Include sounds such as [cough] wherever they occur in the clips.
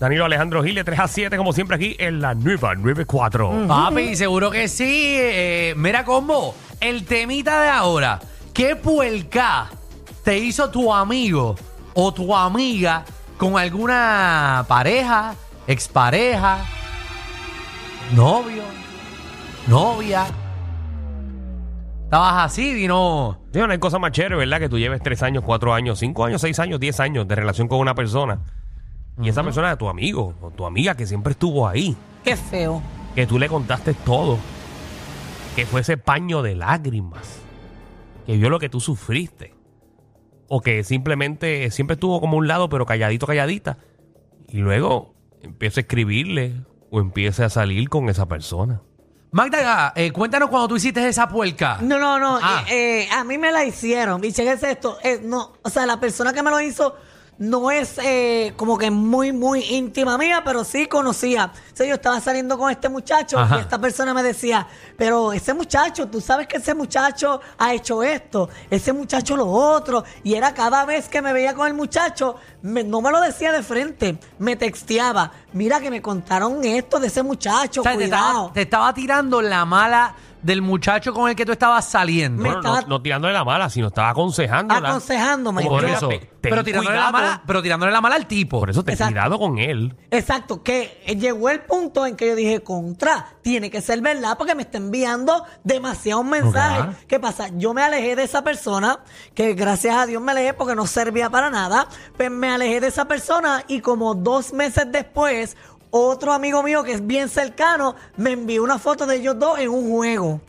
Danilo Alejandro Gil de 3 a 7, como siempre aquí en la nueva Ah, 94. Papi, seguro que sí. Eh, mira, Combo, el temita de ahora. ¿Qué puerca te hizo tu amigo o tu amiga con alguna pareja, expareja, novio, novia? Estabas así, vino. Tío, no hay cosa más chévere, ¿verdad? Que tú lleves 3 años, 4 años, 5 años, 6 años, 10 años de relación con una persona. Y esa persona es tu amigo o tu amiga que siempre estuvo ahí. Qué feo. Que tú le contaste todo. Que fue ese paño de lágrimas. Que vio lo que tú sufriste. O que simplemente siempre estuvo como a un lado, pero calladito, calladita. Y luego empieza a escribirle o empieza a salir con esa persona. Magda, eh, cuéntanos cuando tú hiciste esa puerca. No, no, no. Ah. eh, eh, a mí me la hicieron. Y cheques esto. eh, no, o sea, la persona que me lo hizo no es eh, como que muy, muy íntima mía, pero sí conocía. O sea, yo estaba saliendo con este muchacho Ajá. y esta persona me decía, pero ese muchacho, tú sabes que ese muchacho ha hecho esto, ese muchacho lo otro. Y era cada vez que me veía con el muchacho, me- no me lo decía de frente, me texteaba. Mira que me contaron esto de ese muchacho, O sea, te, cuidado. estaba, te estaba tirando la mala del muchacho con el que tú estabas saliendo. Me Bueno, estaba- no, no tirándole la mala, sino estaba aconsejándola. Aconsejándome. Por Yo- eso. ten pero, tirándole la cuidado. mala, pero tirándole la mala al tipo. Por eso te Exacto. cuidado con él. Exacto, que llegó el punto en que yo dije, contra, tiene que ser verdad porque me está enviando demasiados mensajes. Claro. ¿Qué pasa? Yo me alejé de esa persona, que gracias a Dios me alejé porque no servía para nada, pues me alejé de esa persona y como dos meses después, otro amigo mío que es bien cercano me envió una foto de ellos dos en un juego.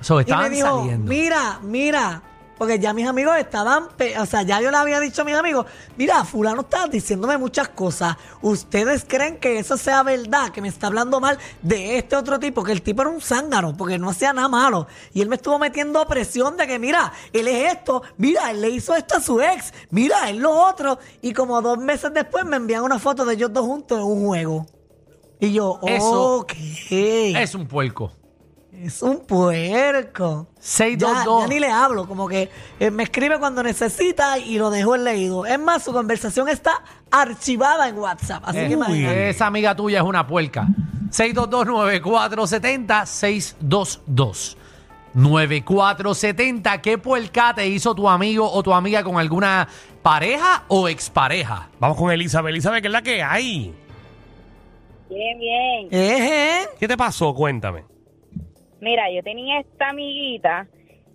So, Y me estaban dijo, saliendo. mira, mira, porque ya mis amigos estaban, pe- o sea, ya yo le había dicho a mis amigos, mira, fulano está diciéndome muchas cosas. ¿Ustedes creen que eso sea verdad? Que me está hablando mal de este otro tipo, que el tipo era un zángano, porque no hacía nada malo. Y él me estuvo metiendo presión de que, mira, él es esto, mira, él le hizo esto a su ex, mira, él lo otro. Y como dos meses después me envían una foto de ellos dos juntos en un juego. Y yo, Eso- ok, Es un puerco. es un puerco. Ya, 622. ya ni le hablo, como que eh, me escribe cuando necesita y lo dejo en leído. Es más, su conversación está archivada en WhatsApp. Así Eh, que imagínate. esa amiga tuya es una puerca. 622-9470, 622-9470. ¿Qué puerca te hizo tu amigo o tu amiga con alguna pareja o expareja? Vamos con Elizabeth. Elizabeth, ¿qué es la que hay? Bien, bien. Ejé. ¿Qué te pasó? Cuéntame. Mira, yo tenía esta amiguita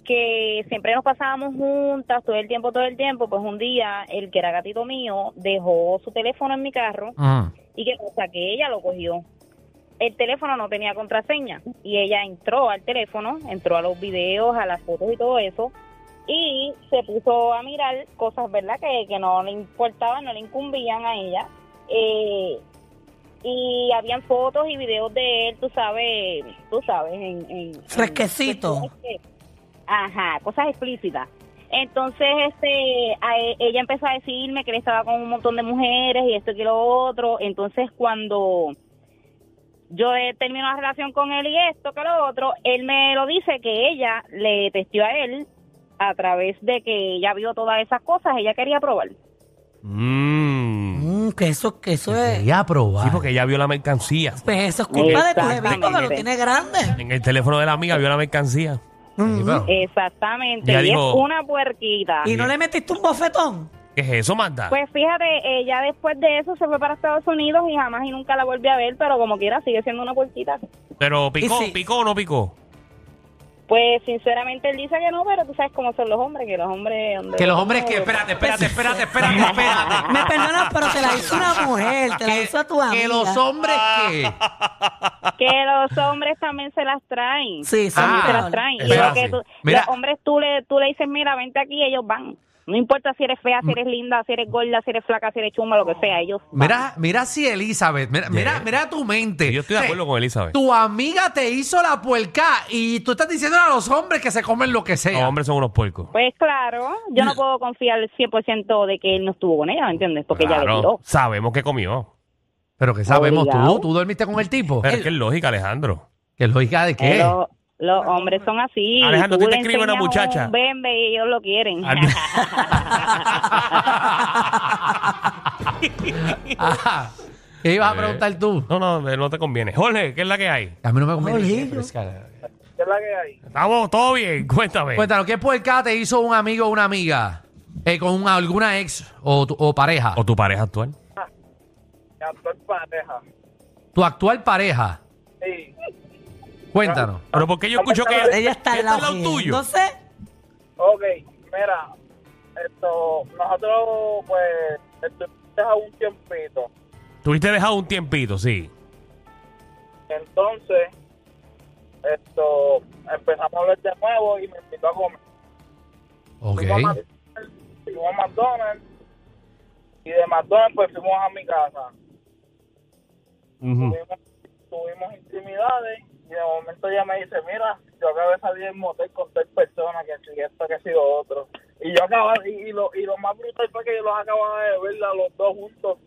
que siempre nos pasábamos juntas todo el tiempo, todo el tiempo. Pues un día, el que era gatito mío dejó su teléfono en mi carro Mm. y que cosa que ella lo cogió. El teléfono no tenía contraseña y ella entró al teléfono, entró a los videos, a las fotos y todo eso y se puso a mirar cosas, ¿verdad? Que, que no le importaban, no le incumbían a ella. Eh, y habían fotos y videos de él, tú sabes, tú sabes, en... en- en- Fresquecito. cuestiones que- ajá, cosas explícitas. Entonces, este, a e- ella empezó a decirme que él estaba con un montón de mujeres y esto y lo otro. Entonces, cuando yo eh, termino la relación con él y esto, que lo otro, él me lo dice que ella le testió a él a través de que ella vio todas esas cosas, ella quería probar. Mm. Mm, que eso, que eso es. Quería probar. Sí, porque ella vio la mercancía. Pues eso es culpa de tu jevito que lo Exactamente. tiene grande. Mm. En el teléfono de la amiga vio la mercancía. Sí, pero- Mm. Exactamente, Ya y dijo- es una puerquita. Y no le metiste un bofetón. ¿Qué es eso, Magda? Pues fíjate, ella después de eso se fue para Estados Unidos y jamás y nunca la volví a ver, pero como quiera sigue siendo una puertita. Pero picó, y si- picó o no picó. Pues sinceramente él dice que no, pero tú sabes cómo son los hombres, que los hombres... Que los hombres que. Espérate, espérate, espérate, espérate, espérate. Me perdonas, pero [laughs] te la hizo una mujer, te la hizo a tu amiga. Que los hombres que. Que los hombres también se las traen. Sí, sí, Ah, se pero- las traen. eso Y lo es que así. tú- Mira. Los hombres tú le, tú le dices, mira, vente aquí y ellos van. No importa si eres Mm. fea, si eres linda, si eres gorda, si eres flaca, si eres chuma, lo que sea, ellos van. Mira, mira si Elizabeth, mira, mira, mira tu mente. Yo estoy de acuerdo con Elizabeth. Tu amiga te hizo la puerca y tú estás diciéndole a los hombres que se comen lo que Los sea. hombres son unos puercos. Pues claro, yo no puedo confiar el 100% de que él no estuvo con ella, ¿me entiendes? Porque Pues ella le Claro, tiró. sabemos que comió. Pero que sabemos tú, Obligado. tú dormiste con el tipo. Pero es que es lógica, Alejandro. Que lógica de qué. Pero los hombres son así. Alejandro, Tú ¿tú te le escribes una enseñas muchacha? Un bembe y ellos lo quieren. Al- [laughs] [laughs] Ajá. ¿Qué ibas a Eh. preguntar tú? No, no, no te conviene. Jorge, ¿qué es la que hay? A mí no me conviene. Jorge. pero es que- Estamos todo bien, cuéntame. Pues Cuéntanos, ¿qué puerca te hizo un amigo o una amiga? Eh, con una- alguna ex o, tu- o pareja. ¿O tu pareja actual? tu actual pareja. Cuéntanos. Pero porque yo escucho que Ella está que al lado, lado tuyo. Entonces, Ok, mira, esto, nosotros pues estuvimos a un tiempito, Tuviste dejado un tiempito, sí. entonces esto empezamos a hablar de nuevo y me invitó a comer. Ok. Fuimos, a McDonald's, fuimos a McDonald's y de McDonald's pues fuimos a mi casa. Ujú. Tuvimos, tuvimos intimidades y de momento ella me dice, mira, yo acabé de salir del motel con tres personas, que si esto, que si lo otro. Y yo acababa, y, y lo, y lo más brutal fue que yo los acababa de ver a los dos juntos.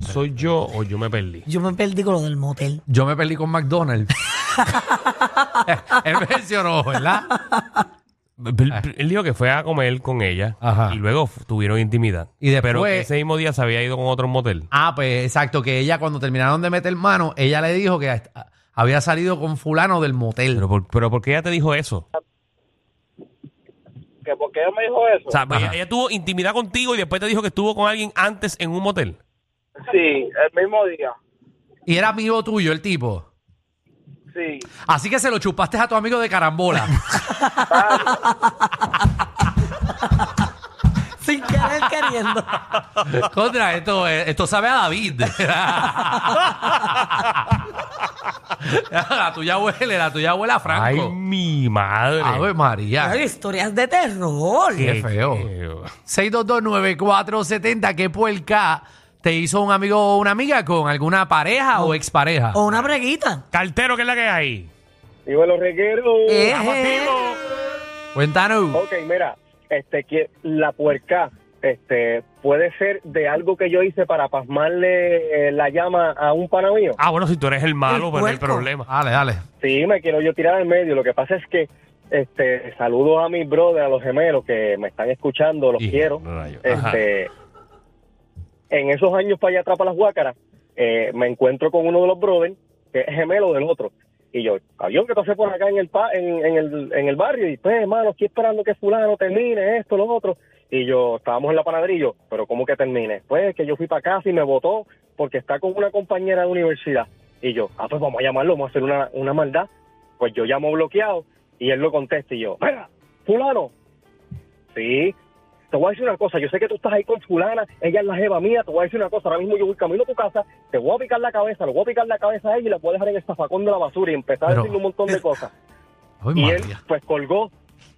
¿Soy yo o yo me perdí? yo me perdí con lo del [laughs] motel. Yo me perdí con [laughs] McDonald's. [laughs] Él mencionó, ¿verdad? Él dijo que fue a comer con ella Ah. Ajá. y luego f- tuvieron intimidad. Y después- Pero que ese mismo día se había ido con otro motel. Ah, pues exacto, que ella cuando terminaron de meter mano, ella le dijo que hasta- había salido con fulano del motel. Pero por, pero ¿por qué ella te dijo eso? que ¿Por qué ella me dijo eso? O sea, Ajá. ella, ella tuvo intimidad contigo y después te dijo que estuvo con alguien antes en un motel. Sí, el mismo día. y era amigo tuyo el tipo. Sí. Así que se lo chupaste a tu amigo de carambola. [laughs] Sin querer queriendo. Contra, esto, eh, esto sabe a David. [laughs] la tuya huele, la tuya huele a Ay, Franco. mi madre. Ave María. Ay, historias de terror. qué feo. 6229470, ¿qué puerca te hizo un amigo o una amiga con alguna pareja Oh. o expareja? O una breguita. Cartero, ¿qué es la que hay? Y bueno, reguero. Eh, eh. Activo. Oh. Cuéntanos. Ok, mira, este, que la puerca este, puede ser de algo que yo hice para pasmarle eh, la llama a un pana mío. Ah, bueno, si tú eres el malo, El pues no hay puerco. problema. Dale, dale. Sí, me quiero yo tirar al medio. Lo que pasa es que este, saludo a mis brothers, a los gemelos que me están escuchando, los Hijo, quiero. rayo. Ajá. Este, en esos años para allá atrás, para las Huácaras, eh, me encuentro con uno de los brothers, que es gemelo del otro. Y yo, cabrón, que pasé por acá en el, pa- en, en el, en el barrio. Y pues, hermano, estoy esperando que fulano termine esto, lo otro. Y yo, estábamos en la panadrillo, pero ¿cómo que termine? Pues que yo fui para casa y me votó porque está con una compañera de universidad. Y yo, ah, pues vamos a llamarlo, vamos a hacer una, una maldad. Pues yo llamo bloqueado y él lo contesta y yo, mira, fulano. Sí, te voy a decir una cosa, yo sé que tú estás ahí con fulana, ella es la jeva mía, te voy a decir una cosa, ahora mismo yo voy camino a tu casa, te voy a picar la cabeza, le voy a picar la cabeza a ella y la voy a dejar en el zafacón de la basura y empezar Pero- a decirle un montón de cosas. Ay, Y él, María. pues colgó.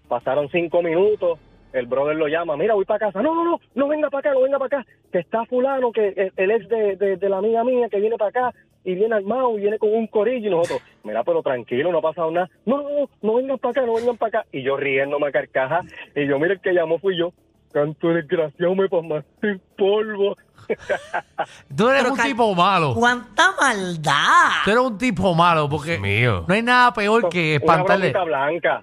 Pasaron cinco minutos. El brother lo llama. Mira, voy para casa. No, no, no, no venga para acá, no venga para acá. Que está fulano, que eh, él es de, de- de la amiga mía que viene para acá y viene armado y viene con un corillo y nosotros. Mira, pero tranquilo, no ha pasado nada. No, no, no, no vengan para acá, no vengan para acá. Y yo riéndome a carcaja. Y yo, mira, el que llamó fui yo. Tanto desgraciado me pasmaste polvo. Tú eres Pero un cal- tipo malo. ¡Cuánta maldad! Tú eres un tipo malo porque Dios mío. no hay nada peor que Pues, Una espantarle. bromita blanca.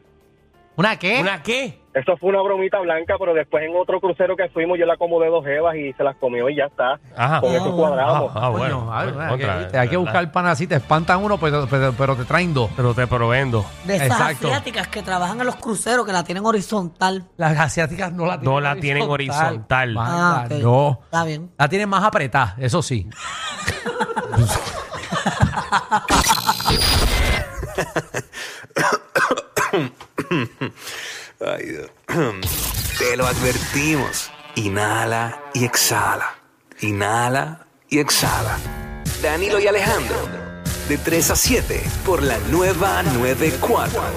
¿Una qué? ¿Una qué? Eso fue una bromita blanca, pero después en otro crucero que fuimos yo le acomodé dos jevas y se las comió y ya está. Ajá. Con eso cuadramos. Ah, bueno. Coño, ay, bueno, hay, que- otra, viste, hay que ¿verdad? buscar panas así, te espantan uno, pero, pero- pero te traen dos. Pero te provendo. De esas Exacto. asiáticas que trabajan en los cruceros, que la tienen horizontal. Las asiáticas no la tienen No la tienen horizontal. Manda, Ah, ok. No. Está bien. La tienen más apretada, eso sí. [coughs] Ay, Dios. Te lo advertimos. Inhala y exhala. Inhala y exhala. Danilo y Alejandro, de 3 a 7 por la nueva 94.